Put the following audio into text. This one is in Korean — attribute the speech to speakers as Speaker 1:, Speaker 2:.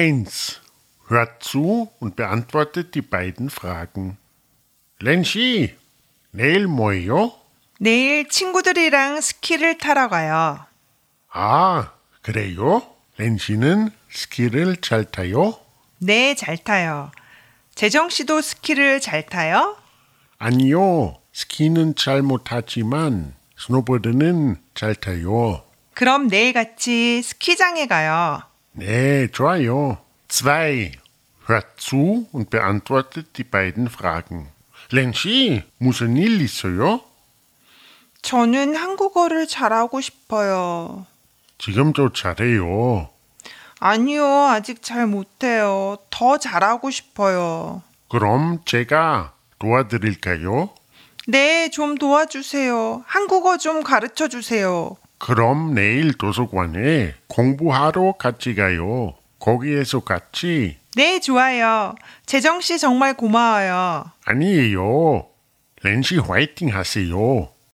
Speaker 1: 1. Hört zu und beantwortet die beiden Fragen. 렌씨, 내일 뭐예요?
Speaker 2: 내일 친구들이랑 스키를 타러 가요.
Speaker 1: 아, 그래요? 렌씨는 스키를 잘 타요?
Speaker 2: 네, 잘 타요. 재정 씨도 스키를 잘 타요?
Speaker 1: 아니요, 스키는 잘 못하지만 스노보드는 잘 타요.
Speaker 2: 그럼 내일 같이 스키장에 가요.
Speaker 1: 네, 좋아요. 2. Hört zu und beantwortet die beiden Fragen. 렌씨, 무슨 일 있어요?
Speaker 2: 저는 한국어를 잘하고 싶어요.
Speaker 1: 지금도 잘해요.
Speaker 2: 아니요, 아직 잘 못해요. 더 잘하고 싶어요.
Speaker 1: 그럼 제가 도와드릴까요?
Speaker 2: 네, 좀 도와주세요. 한국어 좀 가르쳐 주세요.
Speaker 1: 그럼 내일 도서관에 공부하러 같이 가요. 거기에서 같이
Speaker 2: 네, 좋아요. 재정 씨 정말 고마워요.
Speaker 1: 아니에요. 렌시 화이팅 하세요.